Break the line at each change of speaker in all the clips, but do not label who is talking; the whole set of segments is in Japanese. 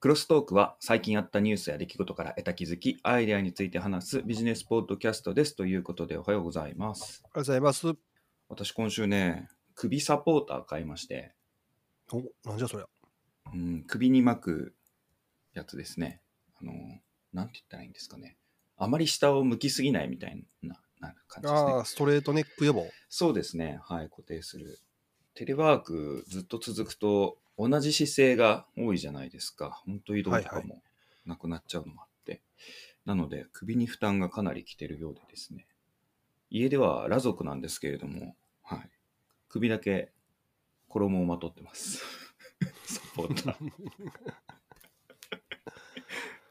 クロストークは最近あったニュースや出来事から得た気づき、アイデアについて話すビジネスポッドキャストですということでおはようございます。
ありがとうございます。
私今週ね、首サポーター買いまして、
お、なんじゃそりゃ。
うん、首に巻くやつですね。あの、なんて言ったらいいんですかね。あまり下を向きすぎないみたいなな感じですね
あ。あ、ストレートネック予防。
そうですね。はい、固定する。テレワークずっと続くと、同じ姿勢が多いじゃないですか。本当移動とか
はい
もなくなっちゃうのもあって。なので、首に負担がかなりきてるようでですね。家では裸族なんですけれども、はい、首だけ衣をまとって ます。サポーター。っ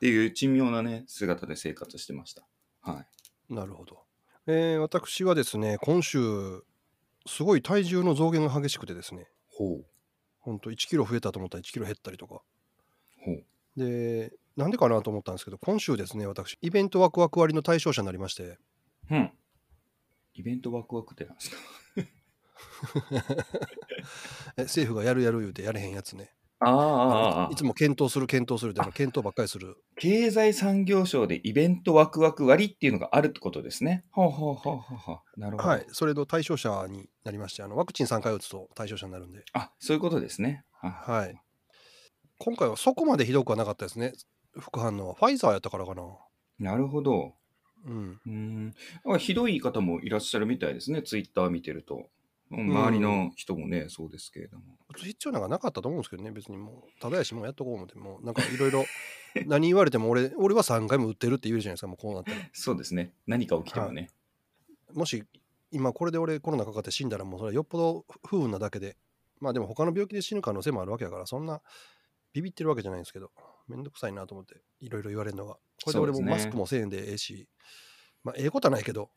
ていう珍妙なね、姿で生活してました。はい。
なるほど。えー私はですね、今週、すごい体重の増減が激しくてですね、
ほう。
ほんと1キロ増えたと思ったら1キロ減ったりとか。
ほう。
で、なんでかなと思ったんですけど、今週ですね、私、イベントワクワク割の対象者になりまして、
うん。イベントワクワクってなんですか
え政府がやるやる言うてやれへんやつね。
ああああああ
いつも検討する、検討するっていうの検討ばっかり する。
経済産業省でイベントワクワク割っていうのがあるってことですね。ほうほうほうほうほう。なるほど。
はい、それの対象者になりまして、あのワクチン3回打つと対象者になるんで。
あ、そういうことですね。あ
はい。今回はそこまでひどくはなかったですね。副反応は。ファイザーやったからかな。
なるほど。
うん。
うーん。なんかひどい方もいらっしゃるみたいですね。ツイッター見てると。周りの人もね、そうですけれども。
打つ必要なんかなかったと思うんですけどね、別にもう。ただやし、もうやっとこう思って、もうなんかい ろいろ、何言われても俺、俺は3回も打ってるって言うじゃないですか、もうこうなったら。
そうですね。何か起きてもね。
もし、今これで俺コロナかかって死んだら、もうそれはよっぽど不運なだけで。まあでも他の病気で死ぬ可能性もあるわけだから、そんなビビってるわけじゃないんですけど、めんどくさいなと思って、いろいろ言われるのが。これで俺も
そうですね
マスクもせえんでええし、まあええことはないけど、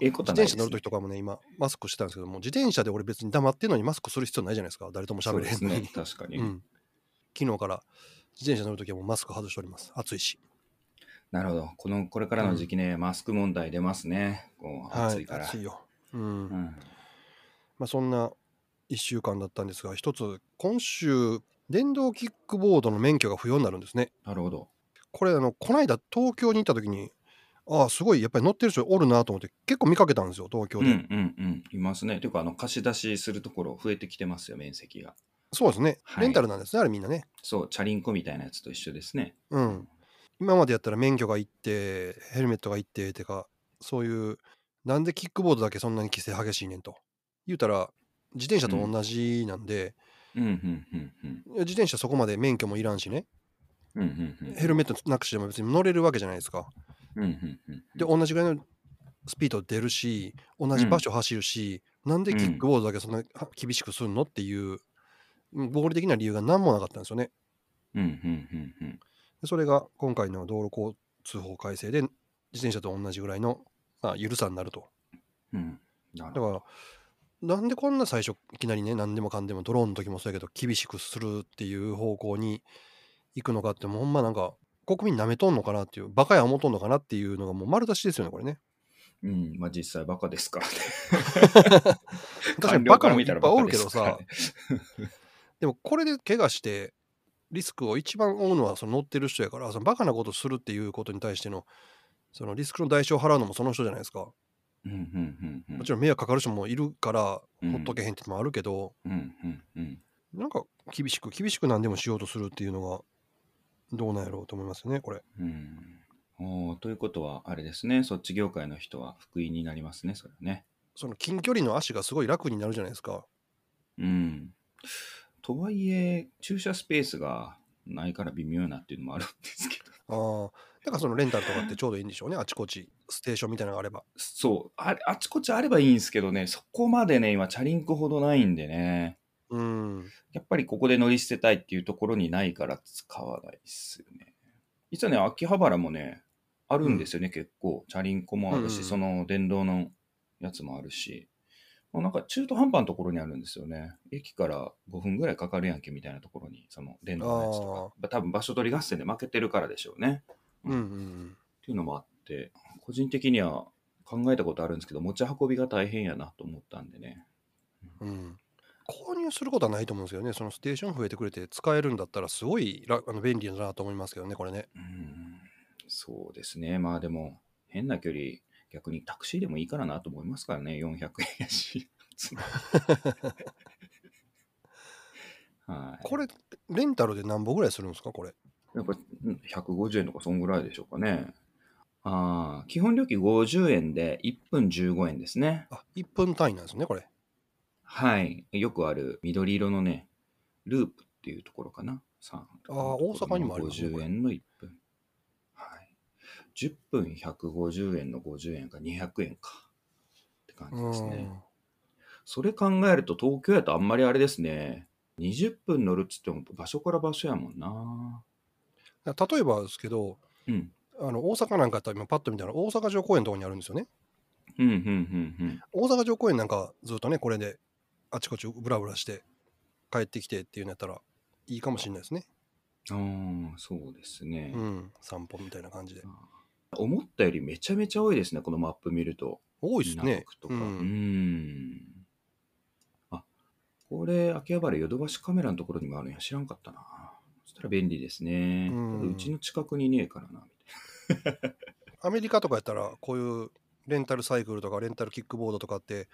ええことはな
自
い
転
です、
車乗るときとかもね、今、マスクしてたんですけども、自転車で俺別に黙ってんのにマスクする必要ないじゃないですか、誰とも
そう
喋れ
で
へ
す
んの に。
ね。確かに。
うん、昨日から自転車乗るときはもうマスク外しております、暑いし。
なるほど。この、これからの時期ね、マスク問題出ますね。こう、
は
暑い
い、
から。
暑いよ。うん
うん。
まあ、そんな1週間だったんですが、一つ、今週、電動キックボードの免許が不要になるんですね。
なるほど。
これ、あのこの間、東京に行ったときに、ああ、すごい、やっぱり乗ってる人おるなと思って、結構見かけたんですよ、東京
う
で。
んうんうん。いますね。というか、あの、貸し出しするところ増えてきてますよ、面積が。
そうですね、
はい
レンタルなんですね、あれみんなね。
そう、チャリンコみたいなやつと一緒ですね。
うん。今までやったら免許がいって、ヘルメットがいって、てか、そういう、なんでキックボードだけそんなに規制激しいねんと。言うたら、自転車と同じなんで、
うんうんうんうん。
自転車そこまで免許もいらんしね、
うんうん
ヘルメットなくしても別に乗れるわけじゃないですか。
うん。うんうんうん
で、同じぐらいのスピード出るし、同じ場所走るし、なんでキックボードだけそんなは厳しくするのっていう、合理的な理由が何もなかったんですよね。
うんうんうんうん。
でそれが今回の道路交通法改正で自転車と同じぐらいの、まあ、緩さになると。
うん。なる
だ
ほど
からなんでこんな最初いきなりね何でもかんでもドローンの時もそうやけど厳しくするっていう方向に行くのかってもうほんまなんか国民舐めとんのかなっていうバカや思っとんのかなっていうのがもう丸出しですよねこれね。
うん。まあ実際バカですからね。
確かにバカも
見
いっぱ
た
い
ら
お
バ
る
カ
け
で
ど
すから
さ
ね
でもこれで怪我してリスクを一番負うのはその乗ってる人やからそのバカなことするっていうことに対してのそのリスクの代償を払うのもその人じゃないですか。
うんうんうんうん。
もちろん迷惑かかる人もいるから
うん
ほっとけへんってのもあるけど、
うんうんうん。
なんか厳しく厳しく何でもしようとするっていうのがどうなんやろうと思いますねこれ
うん。おーということは、あれですね。そっち業界の人は福音になりますね、それはね。
その近距離の足がすごい楽になるじゃないですか
うん。とはいえ、駐車スペースがないから微妙なっていうのもあるんですけど。
あーだからそのレンタルとかってちょうどいいんでしょうねあちこちステーションみたいなのがあれば
そうあれ、あちこちあればいいんですけどね、そこまでね、今、チャリンコほどないんでね、
うん
やっぱりここで乗り捨てたいっていうところにないから使わないっすよね。実はね、秋葉原もね、あるんですよね、結構。チャリンコもあるし、
うんうん
その電動のやつもあるし、もうなんか中途半端なところにあるんですよね。駅から5分ぐらいかかるやんけみたいなところに、その電動のやつとか。多分場所取り合戦で負けてるからでしょうね。
うんうん
っていうのもあって個人的には考えたことあるんですけど持ち運びが大変やなと思ったんでね
うんうん購入することはないと思うんですよね。そのステーション増えてくれて使えるんだったらすごいらあの便利だなと思いますけどね、これね。
うんそうですね。まあでも、変な距離、逆にタクシーでもいいからなと思いますからね、400円やし。はい。
これ、レンタルで何本ぐらいするんですか、これ。
やっぱうん150円とかそんぐらいでしょうかね。ああ、基本料金50円で1分15円ですね。
あ、1分単位なんですね、これ。
はい。よくある緑色のね、ループっていうところかな。さ
あー大阪にもありますねこ
50
れ
円の1分。はい。10分150円の50円か200円か。って感じですね。それ考えると東京やとあんまりあれですね。20分乗るっつっても場所から場所やもんな。
うん例えばですけど、
うん。
あの大阪なんかやったら今パッと見たら大阪城公園のとこにあるんですよね。
うん、うん、うん、うん。
大阪城公園なんかずっとね、これであちこちブラブラして帰ってきてっていうのやったらいいかもしれないですね。
ああ、そうですね、
うん、散歩みたいな感じで。
思ったよりめちゃめちゃ多いですね、このマップ見ると。
多いです
港
ね
区。とか。
う、
うんん。あ、これ、秋葉原ヨドバシカメラのところにもあるんや。知らんかったな。そしたら便利ですね。
うん
ただうちの近くにねえからな、みたい
アメリカとかやったらこういうレンタルサイクルとかレンタルキックボードとかって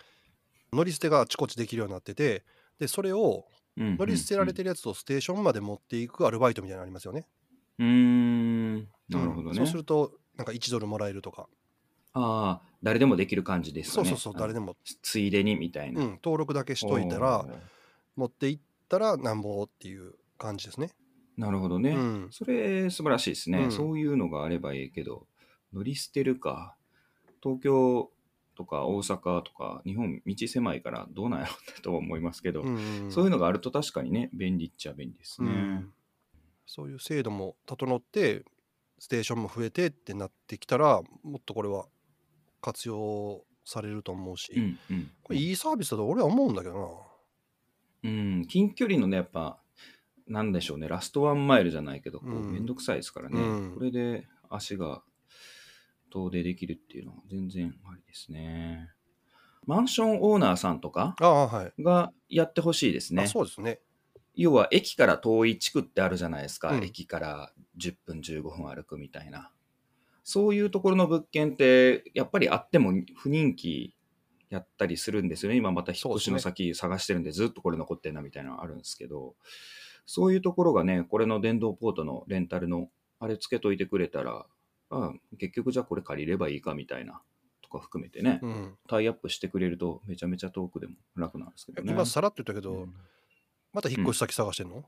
乗り捨てがあちこちできるようになってて、で、それを
な。うんうん
乗り捨てられてるやつをステーションまで持っていくアルバイトみたいなのありますよね。
うん。うーん。なるほ
う
ど
ん
ね。
そうすると、なんか1ドルもらえるとか。
ああ、誰でもできる感じですよ
そう
ね。
そうそう、誰
で
でも。
ついでにみたいな。
うん、登録だけしといたら
お、ー。
持っていったらなんぼっていう感じですね。
なるほどね。
うん。
それ素晴らしいですね、
うん
そういうのがあればいいけど乗り捨てるか東京とか大阪とか日本道狭いからどうなんやろうってとは思いますけど、
うん
そういうのがあると確かにね便利っちゃ便利ですね、
うんそういう制度も整ってステーションも増えてってなってきたらもっとこれは活用されると思うし、
うんうん
これいいサービスだと俺は思うんだけどな
うん近距離のねやっぱなんでしょうねラストワンマイルじゃないけどこう
うん
面倒くさいですからね、
うん
これで足が遠出できるっていうのは全然ありですねマンションオーナーさんとか
ああはい、
がやってほしいですね
あそうですね
要は駅から遠い地区ってあるじゃないですか、
うん
駅から10分15分歩くみたいなそういうところの物件ってやっぱりあっても不人気やったりするんですよね今また引っ越しの先探してるんでずっとこれ残ってんなみたいなのあるんですけどそういうところがねこれの電動ポートのレンタルのあれつけといてくれたらあ結局じゃあこれ借りればいいかみたいなとか含めてね、
うん、
タイアップしてくれるとめちゃめちゃ遠くでも楽なんですけどね
今さらっと言ったけど、
うん
また引っ越し先探してんの、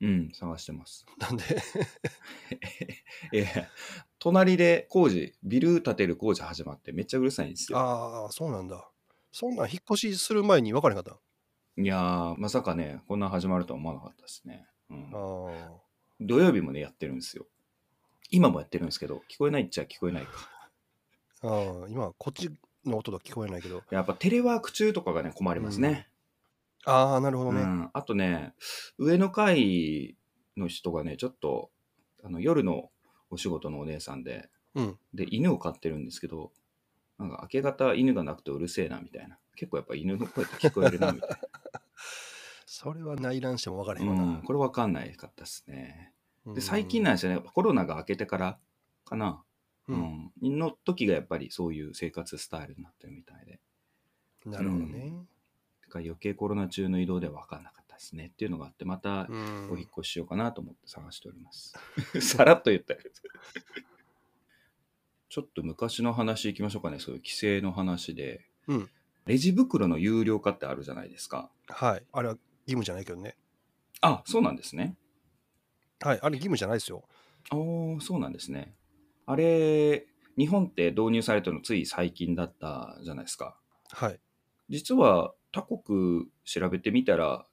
うん探してます
なんで
いや隣で工事ビル建てる工事始まってめっちゃうるさいんですよ
ああそうなんだそんなん引っ越しする前に分からへんかっ
いやーまさかねこんな始まるとは思わなかったですね、うん
たあー
土曜日もねやってるんですよ今もやってるんですけど聞こえないっちゃ聞こえないか
あー今こっちの音が聞こえないけど
やっぱテレワーク中とかがね困りますね,、
ああなるほ
う
ど
ん
ね、
あとね上の階の人がねちょっとあの夜のお仕事のお姉さんで
うん
で犬を飼ってるんですけどなんか明け方犬が鳴くとうるせえなみたいな結構やっぱ犬の声って聞こえるなみたいな
それは内覧しても分からへん
う
わな、
ん、これ分かんないかったですね。
うん
で、最近なんですよね、コロナが明けてからかな、
う、
うんん、の時がやっぱりそういう生活スタイルになってるみたいで、
なるほど
う
ね、
だから余計コロナ中の移動では分かんなかったですねっていうのがあって、また
うん
お引っ越ししようかなと思って探しております。 さらっと言ったけど。ちょっと昔の話いきましょうかね、そういう規制の話で。
うん
レジ袋の有料化ってあるじゃないですか。
はい。あれは義務じゃないけどね。
あ、そうなんですね。
はい。あれ義務じゃないですよ。
おーそうなんですね。あれ、日本って導入されたのつい最近だったじゃないですか。
はい。
実は他国調べてみたら、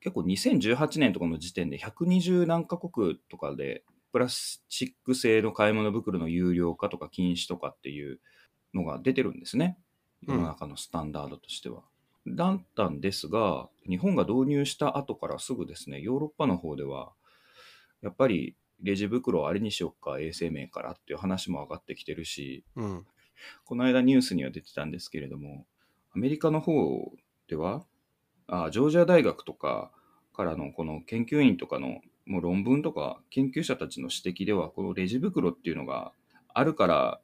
結構2018年とかの時点で120何カ国とかで、プラスチック製の買い物袋の有料化とか禁止とかっていうのが出てるんですね。世の中のスタンダードとしては。だったんですが、日本が導入した後からすぐですね、ヨーロッパの方では、やっぱりレジ袋をあれにしよっか、衛生面からっていう話も上がってきてるし、
うん。
この間ニュースには出てたんですけれども、アメリカの方では、あジョージア大学とかからのこの研究員とかのもう論文とか研究者たちの指摘ではこのレジ袋っていうのがあるから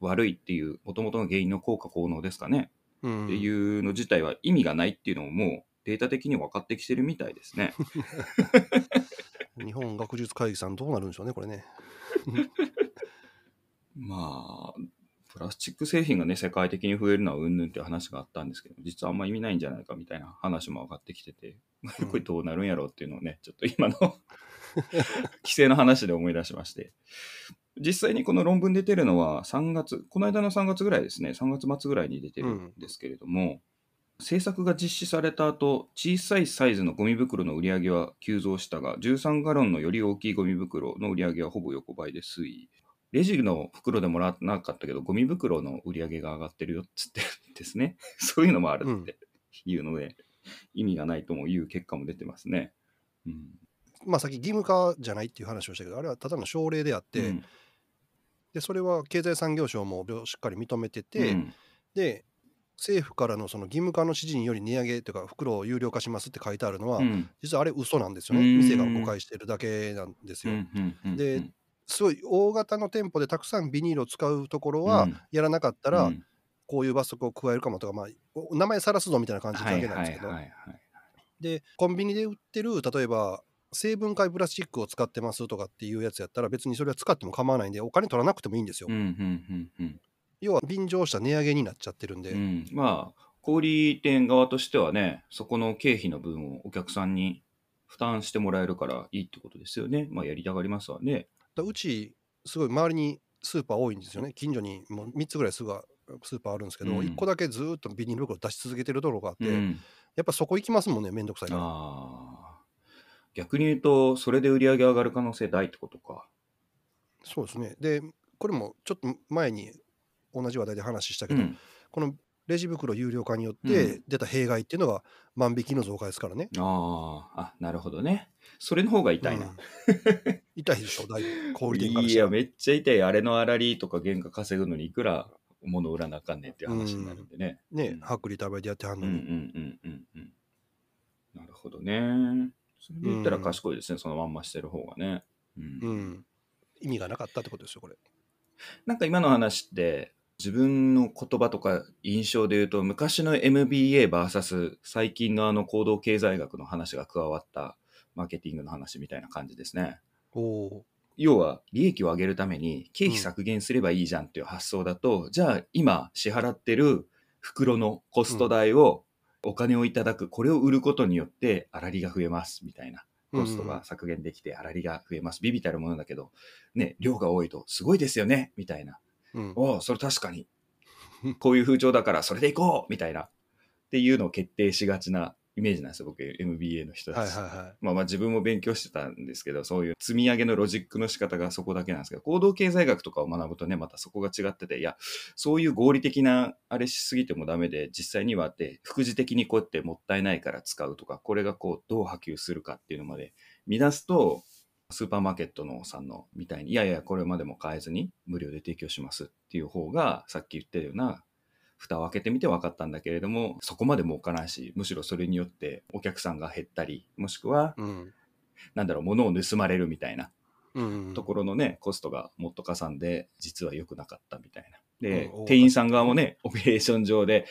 悪いっていうもともとの原因の効果効能ですかね
うん
っていうの自体は意味がないっていうのももうデータ的に分かってきてるみたいですね。
日本学術会議さんどうなるんでしょうね、これね。
まあプラスチック製品がね世界的に増えるのはうんぬんっていう話があったんですけど実はあんま意味ないんじゃないかみたいな話も上がってきてて
うん
これどうなるんやろうっていうのをねち ょっと今の規制の話で思い出しまして実際にこの論文出てるのは3月この間の3月ぐらいですね3月末ぐらいに出てるんですけれども、政策が実施された後小さいサイズのゴミ袋の売り上げは急増したが13ガロンのより大きいゴミ袋の売り上げはほぼ横ばいで推移レジの袋でもらわなかったけどゴミ袋の売り上げが上がってるよっつってですね そういうのもあるっていうので、意味がないともいう結果も出てますね。うん、
まあ、さっき義務化じゃないっていう話をしたけど、あれはただの省令であって、
うん
でそれは経済産業省もしっかり認めてて、
うん
で政府からのその義務化の指示により値上げというか袋を有料化しますって書いてあるのは、
うん
実はあれ嘘なんですよ
う
ね
ん
店が誤解してるだけなんです
う
よ、
んうん
で
うん
すごい大型の店舗でたくさんビニールを使うところは、
うん
やらなかった
う
ら
ん
こういう罰則を加えるかもとか、まあ、お名前さらすぞみたいな感じだ
はい
け
は
ないん
は
です
い
けど、
はい。
でコンビニで売ってる例えば成分解プラスチックを使ってますとかっていうやつやったら別にそれは使っても構わないんでお金取らなくてもいいんですよ、
うんうんうん
要は便乗した値上げになっちゃってるんで、
うんうんまあ小売店側としてはねそこの経費の分をお客さんに負担してもらえるからいいってことですよね。まあやりたがりますわね。
だうちすごい周りにスーパー多いんですよね近所にもう3つぐらいすぐスーパーあるんですけど、
うん
1個だけずーっとビニール袋出し続けてるところがあって、
うん
やっぱそこ行きますもんねめんどくさいから
ああ逆に言うとそれで売り上げ上がる可能性大ってことか。
そうですねでこれもちょっと前に同じ話題で話したけど、
うん
このレジ袋有料化によって出た弊害っていうのが万引きの増加ですからね、
あーあなるほどね。それの方が痛いな。
うん痛いでしょだいぶ小売店から
い
したら
や、めっちゃ痛い。あれのあらりとか原価稼ぐのにいくら物売らなあかんねんっていう話になるんでね。
ね薄利多売でやってはん
うん
の
うん
に、
うんうんうん。なるほどね。それで言ったら
うん
賢いですね、そのまんましてる方がね。うん
うん意味がなかったってことですよこれ
なんか今の話って、自分の言葉とか印象で言うと、昔の MBAVS 最近のあの行動経済学の話が加わったマーケティングの話みたいな感じですね。
おお
要は利益を上げるために経費削減すればいいじゃんっていう発想だと、じゃあ今支払ってる袋のコスト代をお金をいただく、これを売ることによって粗利が増えますみたいな。コストが削減できて粗利が増えます。ビビたるものだけど、ね、量が多いとすごいですよねみたいな。
うんうん
おお、それ確かに。こういう風潮だからそれでいこうみたいな。っていうのを決定しがちなイメージなんですよ、僕 MBA の人
は
た
い
ち。
はいはい
まあまあ自分も勉強してたんですけど、そういう積み上げのロジックの仕方がそこだけなんですけど、行動経済学とかを学ぶとね、またそこが違ってて、いや、そういう合理的なあれしすぎてもダメで、実際にはあって、副次的にこうやってもったいないから使うとか、これがこうどう波及するかっていうのまで見出すと、スーパーマーケットのさんのみたいに、いやいや、これまでも変えずに無料で提供しますっていう方が、さっき言ったような蓋を開けてみて分かったんだけれども、そこまで儲からないし、むしろそれによってお客さんが減ったり、もしくは
うん
なんだろう、物を盗まれるみたいな
うん
ところのね、コストがもっとかさんで、実は良くなかったみたいな。で、
うん
店員さん側もね、オペレーション上で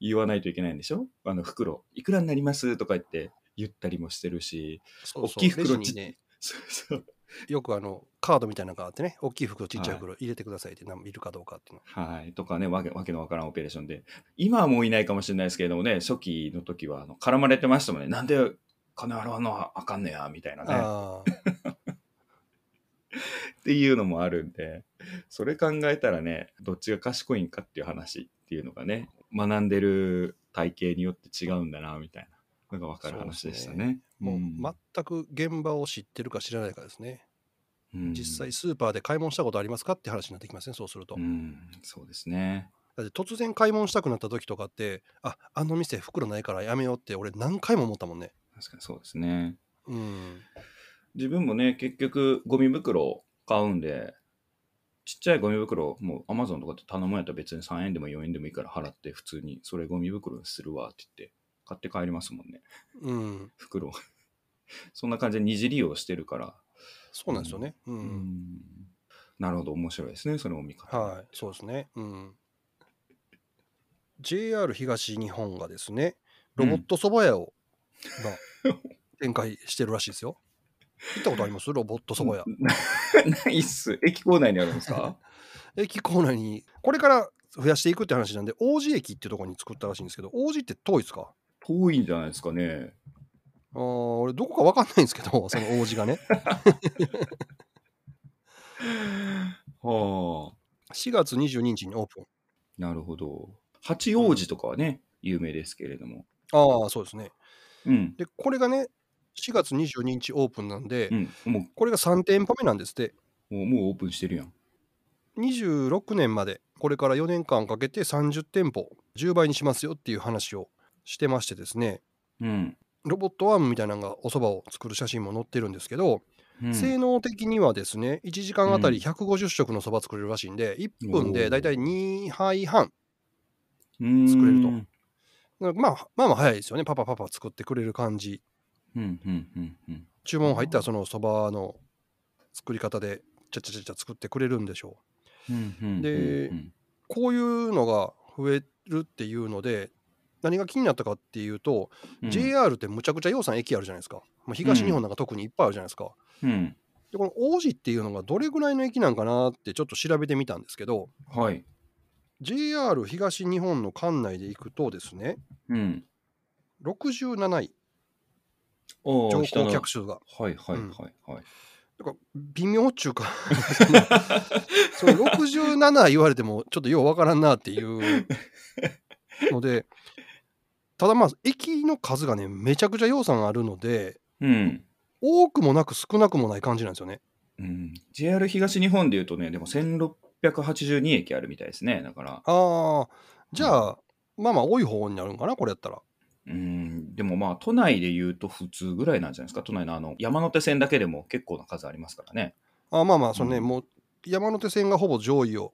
言わないといけないんでしょあの、袋、いくらになりますとか言って言ったりもしてるし、
そうそう
大きい袋
レジにね
そうそう。
よくあのカードみたいなのがあってね大きい袋ちっちゃい袋入れてくださいってなんいるかどうかっていうの
はい。とかね、わけわけのわからんオペレーションで。今はもういないかもしれないですけれどもね、初期の時は、あの、絡まれてましたもんね。なんで金払わなあかんねや、みたいなね。
ああ
っていうのもあるんで、それ考えたらね、どっちが賢いんかっていう話っていうのがね、学んでる体系によって違うんだな、みたいなのが分かる話でしたね。
もうん全く現場を知ってるか知らないかですね、
うん
実際スーパーで買い物したことありますかって話になってきますねそうすると、
うん、そうですね。
だって突然買い物したくなった時とかってああの店袋ないからやめようって俺何回も思ったもんね
確かにそうですね。
うん
自分もね、結局、ゴミ袋を買うんで、ちっちゃいゴミ袋、もう Amazon とかって頼むんやったら別に3円でも4円でもいいから払って、普通にそれゴミ袋にするわって言って、買って帰りますもんね、
うん、
袋。 そんな感じで二次利用してるから、
そうなんですよね。う。
うんんなるほど、面白いですね、それも見方。
はい、そうですね。うん。JR 東日本がですね、ロボットそば屋を、まあ展開してるらしいで すよ。行ったことありますロボットそば屋。
ないっす。駅構内にあるんですか
駅構内に、これから増やしていくって話なんで、王子駅っていうところに作ったらしいんですけど、王子って遠いですか
遠いんじゃないですかね。
あー俺、どこか分かんないんですけど、その王子がね。
はあ、
4月22日にオープン。
なるほど。八王子とかはね、有名ですけれども。
ああ、そうですね。
うん。
で、これがね、4月22日オープンなんで、
うん、も
これが3店舗目なんですって。
う、もうもうオープンしてるやん。
26年までこれから4年間かけて30店舗10倍にしますよっていう話をしてましてですね
うん。
ロボットアームみたいなのがおそばを作る写真も載ってるんですけど、
うん
性能的にはですね1時間あたり150食のそば作れるらしいんで1分でだいたい2杯半作れると
うん、
まあまあまあ早いですよねパパパパ作ってくれる感じ
うん、うん、うんうん。
注文入ったらそのそばの作り方でちゃちゃちゃちゃ作ってくれるんでしょう
うんうん
で
うん
こういうのが増えるっていうので何が気になったかっていうと、
うん、
JR ってむちゃくちゃ洋さん駅あるじゃないですか、まあ、東日本なんか特にいっぱいあるじゃないですか、
うん、
でこの王子っていうのがどれぐらいの駅なんかなってちょっと調べてみたんですけど
はい。
JR 東日本の管内で行くとですね
うん。
67位
お
乗
ー
降客数が
はいはいはいはい。
だから微妙っちゅうか そのその67言われてもちょっとようわからんなっていうのでただまあ駅の数がねめちゃくちゃ要算あるので
うん。
多くもなく少なくもない感じなんですよね。
うん、JR 東日本でいうとね、でも1682駅あるみたいですね。だから、
ああじゃあ、まあまあ多い方になるんかなこれやったら。
うん、でもまあ、都内でいうと普通ぐらいなんじゃないですか。都内のあの山手線だけでも結構な数ありますからね。
あーまあまあそのね、
うん
もう山手線がほぼ上位を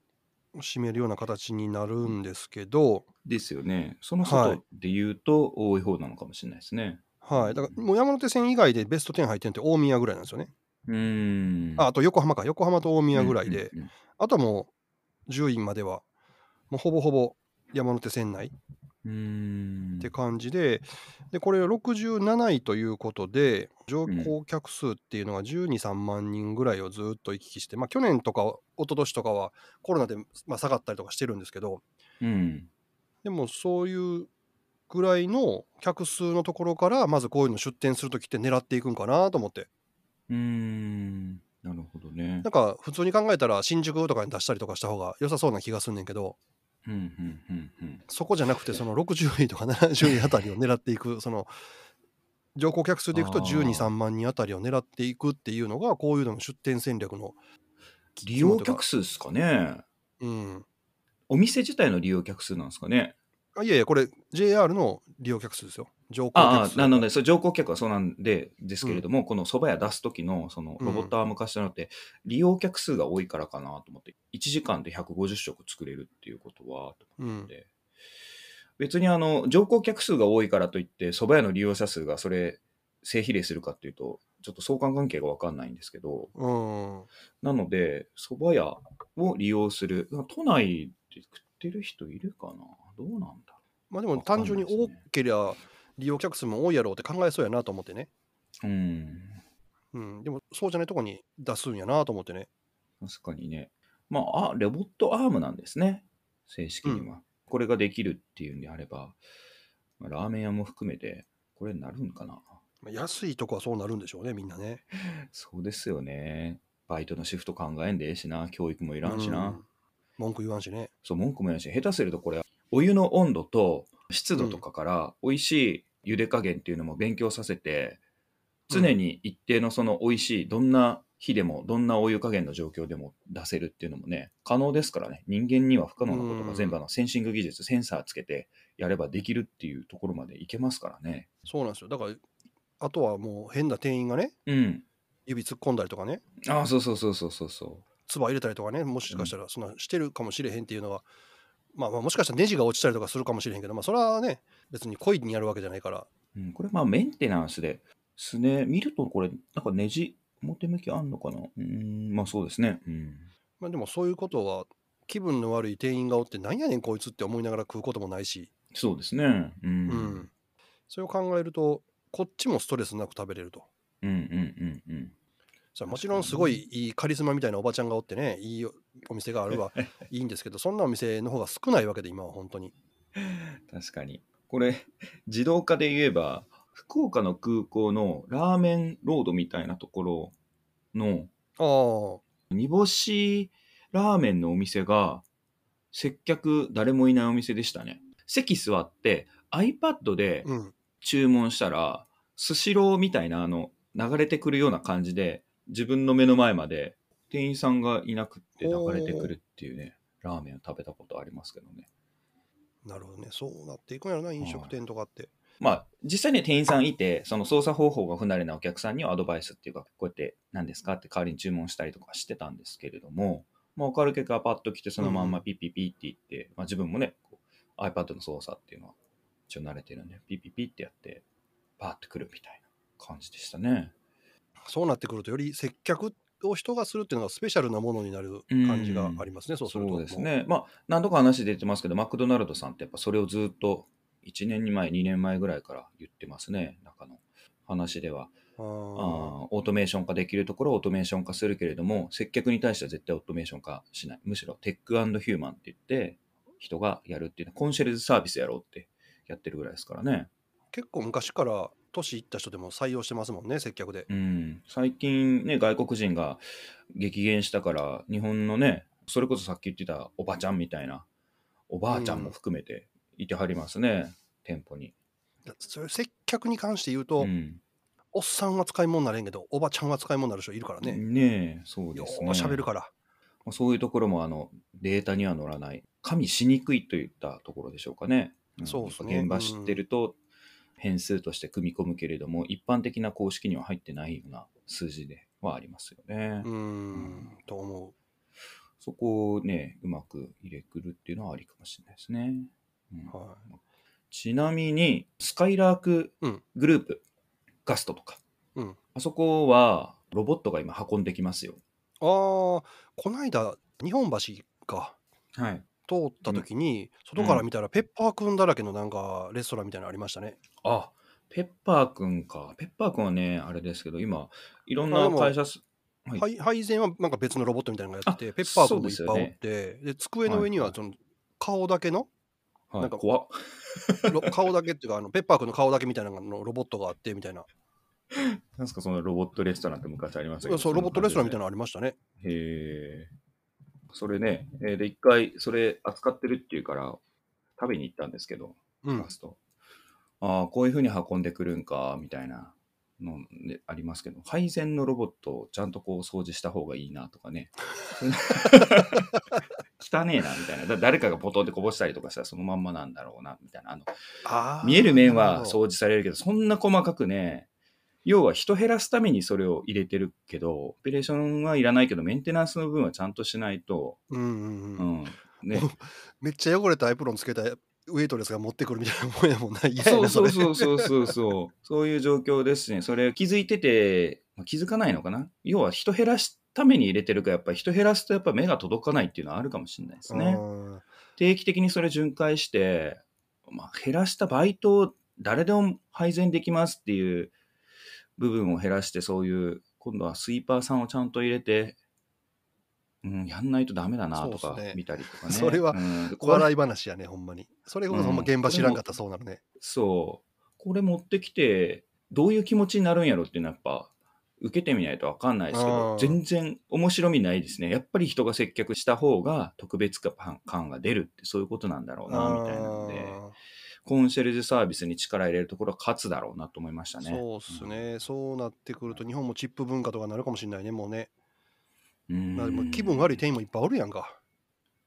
占めるような形になるんですけど、
ですよね。その
は
外
い
でいうと多い方なのかもしれないですね。
はい、だからもう山手線以外でベスト10入ってるのって大宮ぐらいなんですよね。
うん。
ああと横浜か横浜と大
うん、
宮ぐらいで。
うん。うん
あとはもう10位までは、もうほぼほぼ山手線内
うん
って感じで、で、これが67位ということで、乗降客数っていうのが12、3万人ぐらいをずっと行き来して、まあ去年とか、一昨年とかはコロナで、まあ、下がったりとかしてるんですけど、
うん。
でもそういうぐらいの客数のところから、まずこういうの出店するときって狙っていくんかなと思って、
うん。なるほどね
なん。か普通に考えたら新宿とかに出したりとかした方が良さそうな気がすんねんけど、
うんうんうんうん。
そこじゃなくて、その60位とか70位あたりを狙っていく、その乗降客数でいくと
あ
12、
ー
3万人あたりを狙っていくっていうのが、こういうのの出店戦略の、
利用客数ですかね。
うん、
お店自体の利用客数なんですかね。
あいやいや、これ、JR の利用客数ですよ、乗降
あ
客
あ、
数。
なので、そう乗降客はそうなんで、ですけれども、この蕎麦屋出す時の、その、ロボットアーム化したのって、利用客数が多いからかなと思って、1時間で150食作れるっていうことは、と
う
思っ
ん、
て別にあの、乗降客数が多いからといって、蕎麦屋の利用者数がそれ、正比例するかっていうと、ちょっと相関関係がわかんないんですけど、
うん、
なので、蕎麦屋を利用する、都内で食ってる人いるかなどうなんだろう
まあでも単純に
わかんない
多
ですね
けりゃ利用客数も多いやろうって考えそうやなと思ってね、
うん、
うん、でもそうじゃないとこに出すんやなと思ってね、
確かにね。まあ、あ、ロボットアームなんですね。正式には。これができるっていうんであれば、まあラーメン屋も含めて、これになるんかな。
まあ安いとこはそうなるんでしょうね、みんなね。
そうですよね。バイトのシフト考えんでええしな、教育もいらんしな。
うん文句言わんしね。
そう、文句もいらんし、下手するとこれ、お湯の温度と湿度とかから、美味しい茹で加減っていうのも勉強させて、常に一定のその美味しい、どんな火でも、どんなお湯加減の状況でも出せるっていうのもね、可能ですからね、人間には不可能なこと
う
が
ん
全部あのセンシング技術、センサーつけてやればできるっていうところまでいけますからね。
そうなんですよ。だから、あとはもう変な店員がね、
うん。
指突っ込んだりとかね、
ああ、そうそうそうそうそうそう。
唾入れたりとかね、もしかしたらそんなしてるかもしれへんっていうのは、まあ、まあもしかしたらネジが落ちたりとかするかもしれへんけど、まあ、それはね、別に故意にやるわけじゃないから、
うん、これまあメンテナンスですね。見るとこれ、なんかネジ、表向きあんのかなうん、まあそうですね。うん。
まあ、でもそういうことは、気分の悪い店員がおって、なんやねんこいつって思いながら食うこともないし、
そうですね。うん。
う
うん
ん、それを考えると、こっちもストレスなく食べれると。
うんうんうん
さあもちろんすごいいいカリスマみたいなおばちゃんがおってね、いいお店があ るわ、いいんですけど、そんなお店の方が少ないわけで、今は本当に。
確かに。これ、 自動化で言えば、福岡の空港のラーメンロードみたいなところの
ああ、
煮干しラーメンのお店が、接客誰もいないお店でしたね。席座って、iPad で
うん。
注文したら、スシローみたいな、あの、流れてくるような感じで、自分の目の前まで店員さんがいなくって流れてくるっていうね、ラーメンを食べたことありますけどね。
なるほどね。そうなっていくんやろな、飲食店とかって。
まあ、実際には店員さんいて、その操作方法が不慣れなお客さんにはアドバイスっていうか、こうやって何ですかって代わりに注文したりとかしてたんですけれども、まあ、おかるけがパッと来て、そのまんまピッピッピって言って、まあ、自分もね、こう iPad の操作っていうのは一応慣れてるんで、ピッピッピってやって、バーってくるみたいな感じでしたね。
そうなってくると、より接客を人がするっていうのがスペシャルなものになる感じがありますね、そうすると。
そうです。ね。まあ、何度か話出てますけど、マクドナルドさんってやっぱそれをずっと1年前、2年前ぐらいから言ってますね、中の話では。
あー
あーオートメーション化できるところはオートメーション化するけれども、接客に対しては絶対オートメーション化しない。むしろテックヒューマンって言って、人がやるっていうのはコンシェルジュサービスやろうってやってるぐらいですからね。
結構昔から年いった人でも採用してますもんね、接客で。
うん。最近ね、外国人が激減したから、日本のね、それこそさっき言ってたおばちゃんみたいな、おばあちゃんも含めていてはりますね、店舗に。
それ接客に関して言う
う
と、
ん、
おっさんは使い物になれんけど、おばちゃんは使い物になる人いるから
ね
ね。
え、そう
よ
です
う
ね。
喋るから。
まあそういうところもあのデータには載らない、加味しにくいといったところでしょうかね。ん
そうですね
やっぱ現場知ってると、変数として組み込むけれども、一般的な公式には入ってないような数字ではありますよね。
うー
うん
ん、と思う。
そこをね、うまく入れくるっていうのはありかもしれないですね。うん
は
ちなみに、スカイラークグループ、ガストとか、
うん
あそこはロボットが今運んできますよ。
あーこないだ、日本橋か。
はい。
通った時に、外から見たらペッパーくんだらけのなんかレストランみたいなのありましたね。
あ、ペッパーくんか。ペッパーくんはね、あれですけど、今、いろん
あ
な
でも
会社す、はい
はい、配膳はなんか別のロボットみたいなのがやってて、
あ
ペッパーくんもいっ
そうですよ
ぱいおっ
ね
て、で机の上に
は
はいその顔だけの、
はい、
なんか
怖っ
ロ 顔だけっていうかあの、ペッパーくんの顔だけみたいなのロボットがあってみたいな、
なんすか、そのロボットレストランって昔ありましたけど。
そうロボットレストランみた
な。
いなのありましたね。
へえ。それね、えーで、一回、それ扱ってるっていうから、食べに行ったんですけど、
うん
ガ、スト。ああ、こういうふうに運んでくるんか、みたいなのでありますけど、配膳のロボットをちゃんとこう掃除した方がいいなとか ね。汚ねえな、みたいな。だ誰かがポトンってこぼしたりとかしたらそのまんまなんだろうな、みたいな。あの
あー
見える面
な
は
ほど
掃除されるけど、そんな細かくね、要は人減らすためにそれを入れてるけど、オペレーションはいらないけど、メンテナンスの分はちゃんとしないと、
うんうんう
う
ん
ん。 ね、
めっちゃ汚れたアイプロンつけたウェイトレスが持ってくるみたいなもんやもんな。嫌や
そう
な、そ
そ
れ。
うそうそうそう そう。そういう状況ですね。それ気づいてて、まあ気づかないのかな要は人減らすために入れてるから、やっぱり人減らすとやっぱ目が届かないっていうのはあるかもしれないですね。
うん
定期的にそれ巡回して、まあ、減らしたバイトを誰でも配膳できますっていう部分を減らして、そういう、今度はスイーパーさんをちゃんと入れて、うん、やんないとダメだなと
そう
か
っすね
見たりとかね。
それは
うんこれ
笑い話やね、ほんまに。それこそほんま現場知らんかったらそうなるね。
そう。これ持ってきて、どういう気持ちになるんやろっていうのはやっぱ、受けてみないとわかんないですけ
う
ど
ん、
全然面白みないですね。やっぱり人が接客した方が特別感感が出るってそういうことなんだろうな、みたいなので、コンシェルジュサービスに力入れるところは勝つだろうなと思いました
あー
ね。
そうっすね、そうなってくると、日本もチップ文化とかなるかもしれないね、もうね。
うん。
まあでも気分悪い
て
店員もいっぱいおるやんか。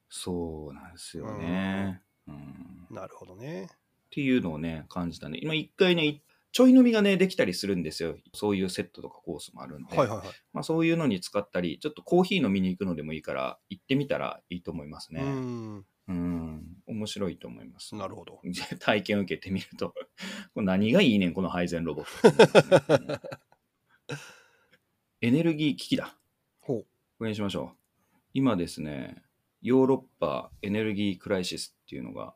そうなんですよね。うん
なるほどね。
っていうのをね、感じたね。今一回ね、ちょい飲みがね、できたりするんですよ。そういうセットとかコースもあるんで。
はいはいはい。
まあ、そういうのに使ったり、ちょっとコーヒー飲みに行くのでもいいから、行ってみたらいいと思います
う
ね。
ん。
うん、面白いと思います。
なるほど。
体験を受けてみると、 これ何がいいねん、この配膳ロボ ット。エネルギー危機だ。
ほう。
これにしましょう。今ですね、ヨーロッパエネルギークライシスっていうのが、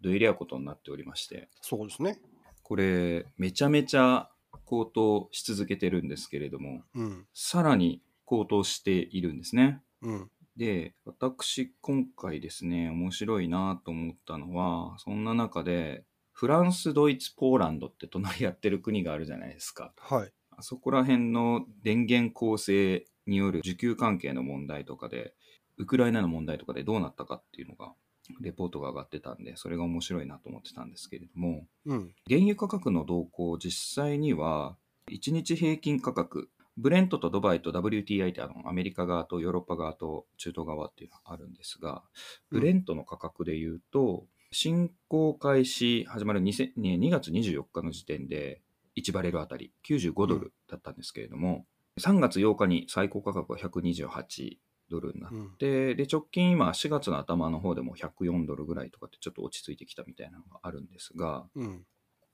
どえりゃことになっておりまして、
そうですね。
これ、めちゃめちゃ高騰し続けてるんですけれども、
うん。
さらに高騰しているんですね。
うん。
で、私、今回ですね、面白いなと思ったのは、そんな中で、フランス、ドイツ、ポーランドって隣り合ってる国があるじゃないですか。
はい。
あそこら辺の電源構成による需給関係の問題とかで、ウクライナの問題とかでどうなったかっていうのが、レポートが上がってたんで、それが面白いなと思ってたんですけれども、
うん。
原油価格の動向、実際には、1日平均価格、ブレントとドバイと WTI ってあのアメリカ側とヨーロッパ側と中東側っていうのがあるんですが、ブレントの価格で言うと、侵攻開始始まる2000ね2月24日の時点で、1バレルあたり95ドルだったんですけれども、3月8日に最高価格は128ドルになっ
うん。
でで直近今4月の頭の方でも104ドルぐらいとかってちょっと落ち着いてきたみたいなのがあるんですが、
うん。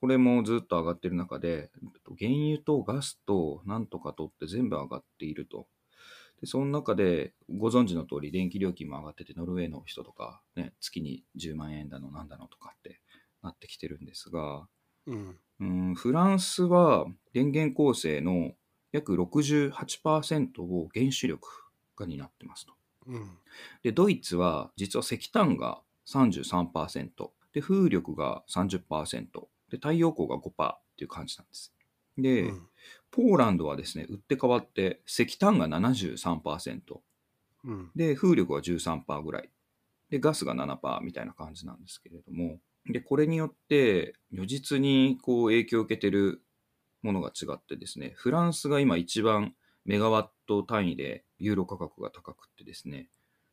これもずっと上がってる中で、原油とガスとなんとかとって全部上がっていると。で、その中で、ご存知の通り、電気料金も上がってて、ノルウェーの人とか、ね、月に10万円だの、なんだのとかってなってきてるんですが、
うん。
うんフランスは電源構成の約68%を原子力が担ってますと。
うん。
で、ドイツは実は石炭が33%、で、風力が30%、で、太陽光が5%っていう感じなんです。で、
うん
ポーランドはですね、売って変わって石炭が73%、
うん。
で、風力は13%ぐらい、で、ガスが7%みたいな感じなんですけれども、で、これによって、如実にこう影響を受けてるものが違ってですね、フランスが今一番メガワット単位でユーロ価格が高くってですね、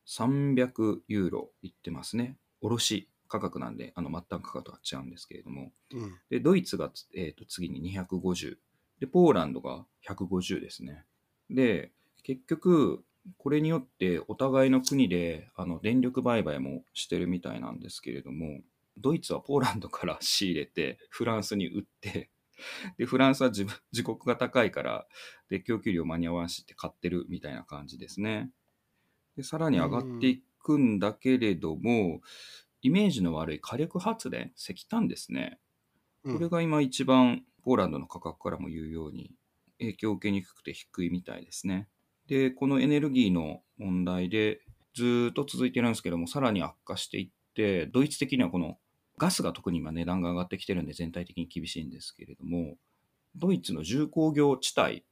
300ユーロいってますね。卸価格なんで、あの末端価格とは違うんですけれども、
うん。
で、ドイツがつ、えーと次に250。で、ポーランドが150ですね。で、結局、これによってお互いの国であの電力売買もしてるみたいなんですけれども、ドイツはポーランドから仕入れて、フランスに売って、で、フランスは自分自国が高いから、で、供給量間に合わせて買ってるみたいな感じですね。で、さらに上がっていくんだけれども、イメージの悪い火力発電、石炭ですね。
う
これ
ん。
が今一番ポーランドの価格からも言うように影響を受けにくくて低いみたいですね。で、このエネルギーの問題でずーっと続いてるんですけども、さらに悪化していって、ドイツ的にはこのガスが特に今値段が上がってきてるんで全体的に厳しいんですけれども、ドイツの重工業地帯、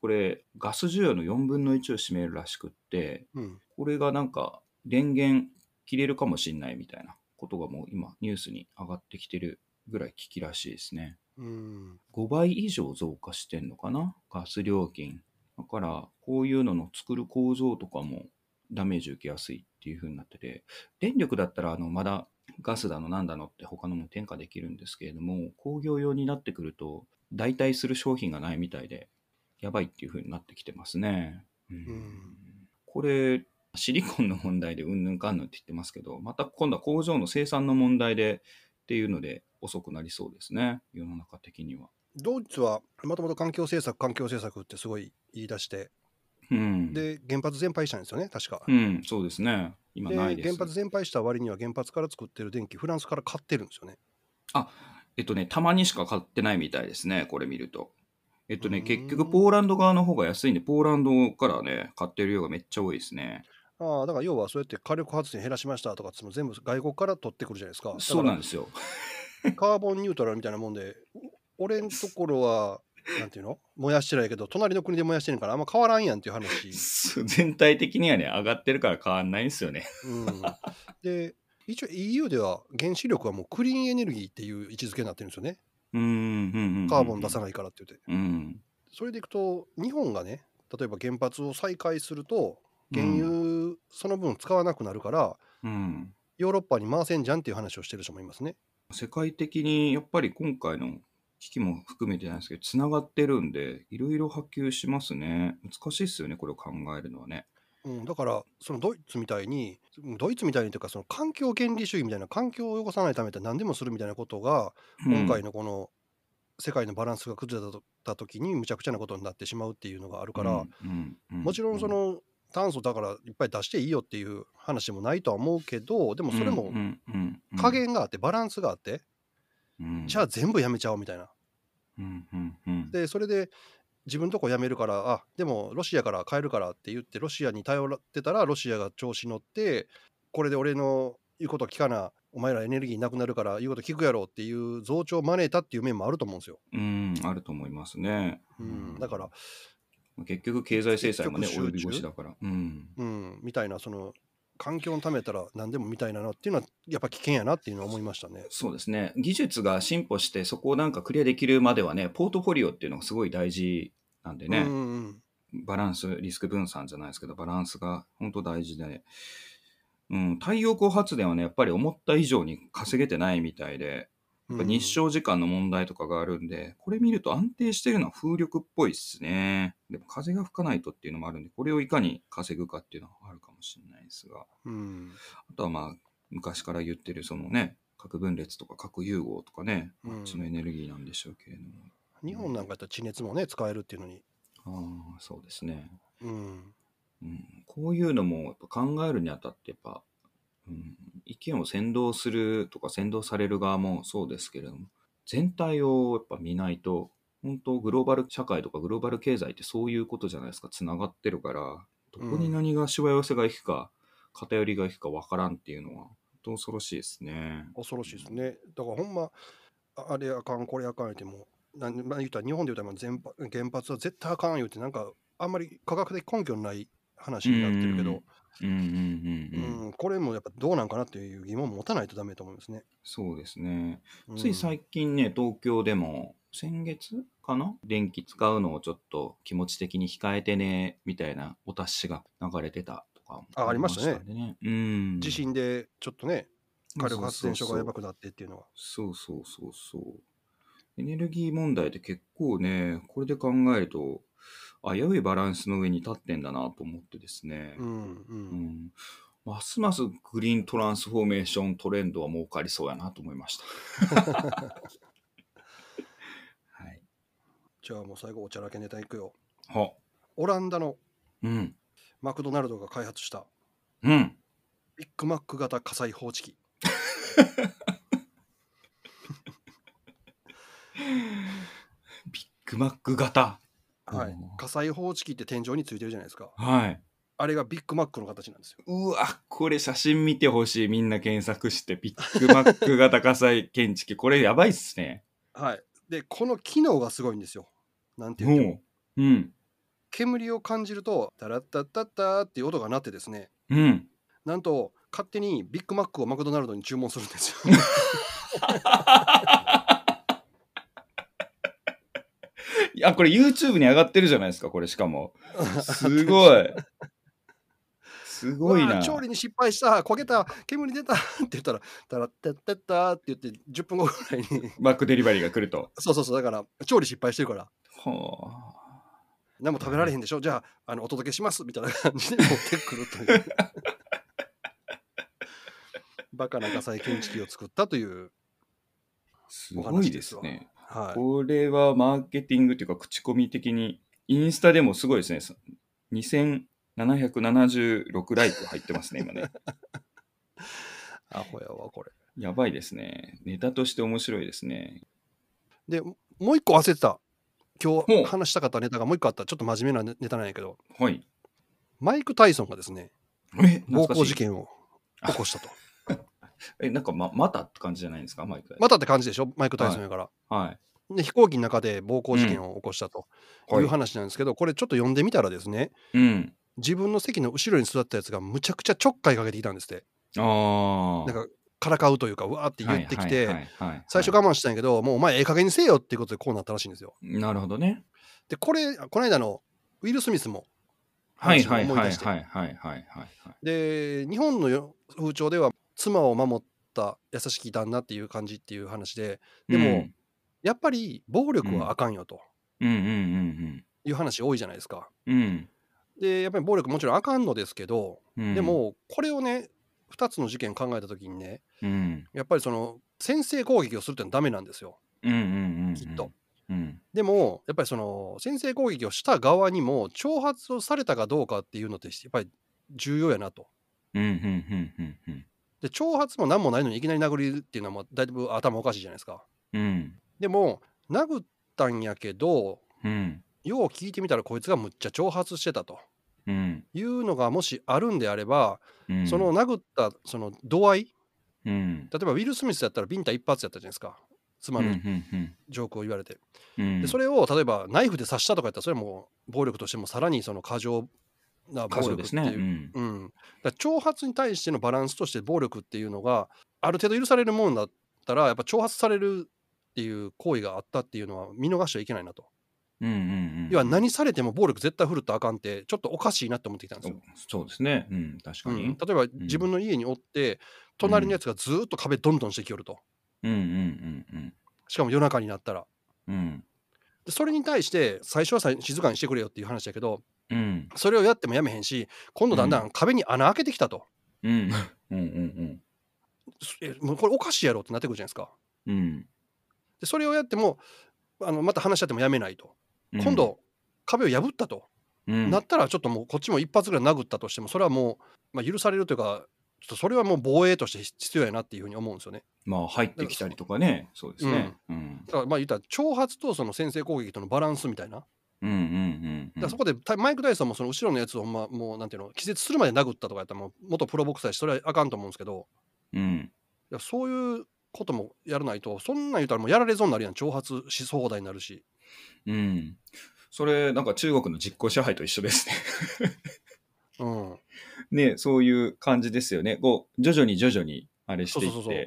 これガス需要の4分の1を占めるらしくって、
うん。
これがなんか電源切れるかもしんないみたいなことがもう今ニュースに上がってきてるぐらい危機らしいですね。
うん。
5倍以上増加してんのかなガス料金。だからこういうのの作る構造とかもダメージ受けやすいっていう風になってて、電力だったらあのまだガスだのなんだのって他のも転嫁できるんですけれども、工業用になってくると代替する商品がないみたいで、やばいっていう風になってきてますね。うん
ん
これ、シリコンの問題でうんぬんかんぬんって言ってますけど、また今度は工場の生産の問題でっていうので遅くなりそうですね、世の中的には。
ドイツはもともと環境政策、環境政策ってすごい言い出して、
うん、
で、原発全廃したんですよね、確か
う。ん、そうですね。今
で、
ないです。
原発全廃した割には原発から作ってる電気、フランスから買ってるんですよね。
あ、えっとね、たまにしか買ってないみたいですね、これ見ると。えっと
う
ね、
ーん
結局ポーランド側の方が安いんで、ポーランドからね、買ってる量がめっちゃ多いですね。
ああ、だから要はそうやって火力発電減らしましたとかっつっても全部外国から取ってくるじゃないですか。だから
そうなんですよ。。
カーボンニュートラルみたいなもんで、お俺んところは、なんていうの燃やしてないけど、隣の国で燃やしてるからあんま変わらんやんっていう話
そう全体的にはね、上がってるから変わんないんですよね。
うん、で、一応 EU では原子力はもうクリーンエネルギーっていう位置づけになってるんですよね。
うん、うんうんうん。
カーボン出さないからって言って。
うん。
それでいくと、日本がね、例えば原発を再開すると、原
うん。
油その分使わなくなるから、
うん
ヨーロッパに回せんじゃんっていう話をしてる人もいますね。
世界的にやっぱり今回の危機も含めてなんですけど、つながってるんで、いろいろ波及しますね。難しいですよね、これを考えるのはね。
うん、だからそのドイツみたいにうんドイツみたいにというかその環境原理主義みたいな環境を汚さないためって何でもするみたいなことが今回
の
のこの世界のバランスが崩れたとた時にむちゃくちゃなことになってしまうっていうのがあるから、もちろんその炭素だからいっぱい出していいよっていう話でもないとは思うけどでもそれも加減があってバランスがあってじゃあ全部やめちゃおうみたいな。でそれで自分のとこやめるからあでもロシアから帰るからって言ってロシアに頼ってたらロシアが調子乗ってこれで俺の言うこと聞かなお前らエネルギーなくなるから言うこと聞くやろっていう増長を招いたっていう面もあると思うんですよ。
うん、あると思いますね。
うん、だから、
結局経済制裁もね、
結
及
局
び
集中
腰だから。うん。
うん、みたいなその環境のためやったら何でもみたいななっていうのはやっぱ危険やなっていうのは思いましたね。
そうですね。技術が進歩して、そこをなんかクリアできるまではね、ポートフォリオっていうのがすごい大事なんでね。
うんうん
バランス、リスク分散じゃないですけど、バランスが本当大事で、うん、太陽光発電はね、やっぱり思った以上に稼げてないみたいで、
う
や
ん
っぱ日照時間の問題とかがあるんで、これ見ると安定してるのは風力っぽいっすね。でも風が吹かないとっていうのもあるんで、これをいかに稼ぐかっていうのはあるかもしれないですが、
うん
あとはまあ、昔から言ってるそのね、核分裂とか核融合とかね、
うん
あっちのエネルギーなんでしょうけれど
日本なんかやったら地熱もね使えるっていうのに、
も。ああ、そうですね。
うん、
うんこういうのもやっぱ考えるにあたってやっぱ、うん、意見を先導するとか先導される側もそうですけれども全体をやっぱ見ないと本当グローバル社会とかグローバル経済ってそういうことじゃないですかつながってるからどこに何がしわ寄せがいくか、偏りがいくかわからんっていうのは本当恐ろしいですね。
恐ろしいですね。だからほんまああれあかんこれあかん言うてもなんまあ、言うたら日本で言うたらまあ全般原発は絶対あかん言うてなんかあんまり科学的根拠のない話になってるけど、
うんうん
う
うんうんん、
これもやっぱどうなんかなっていう疑問も持たないとダメと思いますね。
そうですね。
うん
つい最近ね、東京でも、先月かな電気使うのをちょっと気持ち的に控えてね、みたいなお達しが流れてたとかも
あありましたね
んでね。うん。
地震でちょっとね火力発電所がやば
く
くなってっていうのは。
そうそうそうそう。エネルギー問題って結構ね、これで考えると、危ういバランスの上に立ってんだなと思ってですね。
うんう
うんんますますグリーントランスフォーメーショントレンドは儲かりそうやなと思いました。 はい。
じゃあもう最後おちゃらけネタいくよ。
は。
オランダの
うん。
マクドナルドが開発した
うん。
ビッグマック型火災報知器。
ビッグマック型。
はい
おー、
火災報知器って天井についてるじゃないですか。
はい。
あれがビッグマックの形なんですよ。
うわ、これ写真見てほしい。みんな検索して。ビッグマック型火災検知器。これやばいっすね。
はい、でこの機能がすごいんですよ。なんていうの
もう。うん。
煙を感じるとタラッタッタッターっていう音が鳴ってですね
うん。
なんと勝手にビッグマックをマクドナルドに注文するんですよ。
いや、これ YouTube に上がってるじゃないですか。これしかも。すご い。すごいう
わ
な。
ー調理に失敗した焦げた煙出たって言ったらタラッタッタッターって言って10分後ぐらいに
マックデリバリーが来ると。
そうそうそうだから調理失敗してるから
はあ。
何も食べられへんでしょじゃああのお届けしますみたいな感じで持ってくるというバカな火災検知器を作ったという、
すごいです
お話
ね。
はい、
これはマーケティングというか、口コミ的に、インスタでもすごいですね。さ2776ライク入ってますね、今 ね。
アホやわこれ
やばいですね。ネタとして面白いですね。
でももう一個忘れてた今
ほう
日話したかったネタがもう一個あったちょっと真面目なネタなんやけど
はい。
マイク・タイソンがですね
え、懐
暴
か
行
し
事
い。
件を起こし たと
え、なんかま、またって感じじゃないんですか、マイク。
またって感じでしょマイク・タイソンやから、
はい。
で飛行機の中で暴行事件を起こしたという話なんですけど、これちょっと読んでみたらですね
うん。
自分の席の後ろに座ったやつがむちゃくちゃちょっかいかけてきたんですって
ああ。
なんかからかうというかうわーって言ってき
はいはい
て
はいはい
最初
は
我慢したんやけどもうお前ええ加減にせえよっていうことでこうなったらしいんですよ
いなるほどね。
でこれこの間のウィル・スミスも
はい
話を
はい
思い
はい
出して
はいはいはいはい。
で日本のよ風潮では妻を守った優しき旦那っていう感じっていう話ででも
うん、
やっぱり暴力はあかんよと
うんうん
いう話多いじゃないですか。
うんうん。
でやっぱり暴力もちろんあかんのですけど、
うん
で、もこれをね2つの事件考えた時にね
うん、
やっぱりその先制攻撃をするってのはダメなんですよ
うんうんうんうん
きっと。。
うん
でもやっぱりその先制攻撃をした側にも挑発をされたかどうかっていうのってやっぱり重要やなと。
うんうんうんうんうん
で挑発も何もないのにいきなり殴りっていうのはもうだいぶ頭おかしいじゃないですか。
うん
でも殴ったんやけど
うん
よう聞いてみたらこいつがむっちゃ挑発してたと
うん
いうのがもしあるんであれば、
うん
その殴ったその度合い
うん
例えばウィル・スミスだったらビンタ一発やったじゃないですか妻
うんう
の
ん
ジョークを言われて、
うん
でそれを例えばナイフで刺したとかやったらそれはもう暴力としてもさらにその過剰
過剰
な暴力っていう
ですね。うん
うん、だから挑発に対してのバランスとして暴力っていうのがある程度許されるもんだったらやっぱ挑発されるっていう行為があったっていうのは見逃しちゃいけないなと、
うんうんうん
要は何されても暴力絶対振るったらあかんってちょっとおかしいなって思ってきたんですよ、
そうですね。うん、確か
うん
に。
例えば自分の家におって隣のやつがずーっと壁どんどんしてきよると
うんうんうん
しかも夜中になったら
うんうん
でそれに対して最初はさ静かにしてくれよっていう話だけど
うん
それをやってもやめへんし今度だんだん壁に穴開けてきたと、
うんうんうん
すえもうこれおかしいやろってなってくるじゃないですか
うん
でそれをやってもあのまた話し合ってもやめないと
うん
今度、壁を破ったと、
うん
なったらちょっともうこっちも一発ぐらい殴ったとしてもそれはもう、まあ、許されるというかちょっとそれはもう防衛として必要やなっていうふうに思うんですよね
まあ入ってきたりとかね、そうですね。うん
だからまあ言ったら挑発とその先制攻撃とのバランスみたいなだか
うんうんうんう
ら
ん
そこでたマイク・ダイソンもその後ろのやつをほんまもうなんていうの気絶するまで殴ったとかやったらもう元プロボクサーやしそれはあかんと思うんですけど
うん
いやそういうこともやらないとそんなん言うたらもうやられそうになるやん挑発し放題になるし
うんそれなんか中国の実効支配と一緒ですね。
うん
ね、そういう感じですよね。こう、徐々に徐々にあれしていって、
そうそうそ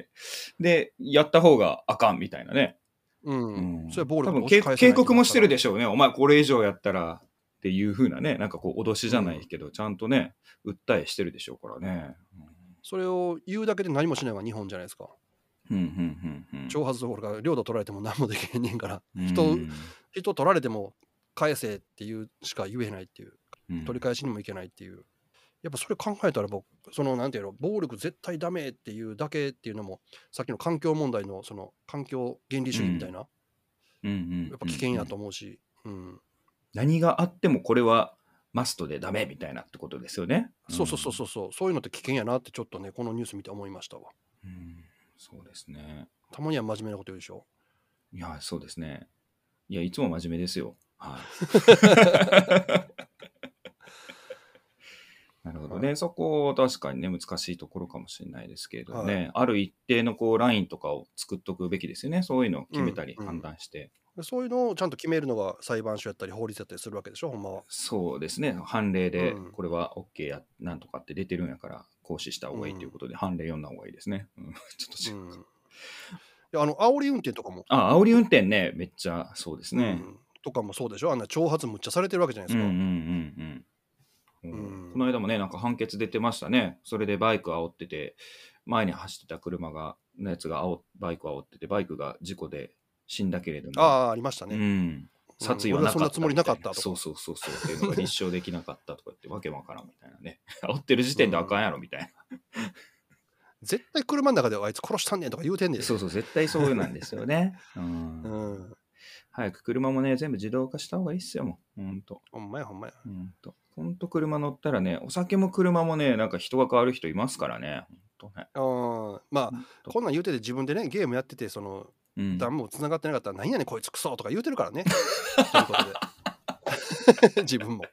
う
で、やった方があかんみたいなね。
うん、
うん
それは暴
多
力
分
を
警
押し返さないと
警告もしてる
い
でしょうね。お前これ以上やったらっていう風なね、なんかこう脅しじゃないけど、ちゃんとね、訴えしてるでしょうからね。
それを言うだけで何もしないのが日本じゃないですか
うん、うん、うん、うん。
挑発どころか領土取られても何もできへんねんから
うん
人人取られても返せっていうしか言えないっていう
うん
取り返しにもいけないっていうやっぱそれ考えたら僕そのなんていうの暴力絶対ダメっていうだけっていうのもさっきの環境問題のその環境原理主義みたいな、
うんうん
やっぱ危険やと
うん
思うし、うん、
何があってもこれはマストでダメみたいなってことですよね。
そうそうそうそうそう、そういうのって危険やなってちょっとね、このニュース見て思いましたわ。
うん。うんそうですね。
たまには真面目なこと言うでしょ。
いや、そうですね。いや、いつも真面目ですよ。はい。 なるほどね、そこ確かにね難しいところかもしれないですけれどもね、
は
ある一定のこうラインとかを作っとくべきですよねそういうのを決めたり
うん
判断して、
でそういうのをちゃんと決めるのが裁判所やったり法律やったりするわけでしょ、ほんまは。
そうですね判例で
うん
これは OK やなんとかって出てるんやから行使した方がいいということで、判例読んだ方がいいですね、うん、 ちょっと
う
し、
ん。いや、あの、煽り運転とかも、
あ煽り運転ねめっちゃそうですね
う、んとかもそうでしょ、あんな挑発むっちゃされてるわけじゃないで
うん
す
うんう
か。
んうん
うん
この間もね、なんか判決出てましたね。それでバイク煽ってて、前に走ってた車が、のやつが煽っバイクを煽ってて、バイクが事故で死んだけれども、
ああ、ありました
う
ね。
ん、殺意はなかった
俺はそんなつもりなかった
みた
とか
いそうそうそうそう。っていうのが立証できなかったとか言って、わけわからんみたいなね。 煽ってる時点であかんやろみたいな。
絶対車の中ではあいつ殺したんねんとか言うてんね ん。
そうそう、絶対そうなんですよね。うん
うん。
早く車もね、全部自動化した方がいいっすよ、もう。ほんと。
ほんまやほんまや。
ほんと。ほんと車乗ったらね、お酒も車もね、なんか人が変わる人いますからね。ほんとね。
うん。まあ、こんなん言うてて自分でね、ゲームやってて、その、
うん
段も繋がってなかったら、何やねんこいつクソとか言うて るからね。そういうことで 自分も。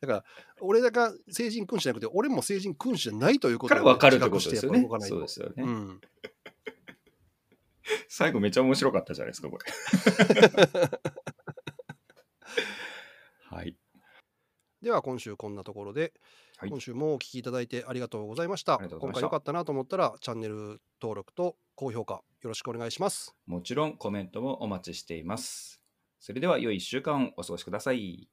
だから、俺だが成人君子じゃなくて、俺も成人君子じゃないということ
から分かるってことですよね
自覚。して
そ
や
う
っぱ
ですよ
動かないと
ね、
うん、
最後めっちゃ面白かったじゃないですか、 これ。はい。
では今週こんなところで、
はい
今週もお聞きいただいてありがとうございました
ありがとうござい
今
ました
回良かったなと思ったらチャンネル登録と高評価よろしくお願いします
もちろんコメントもお待ちしています。それでは良い1週間をお過ごしください。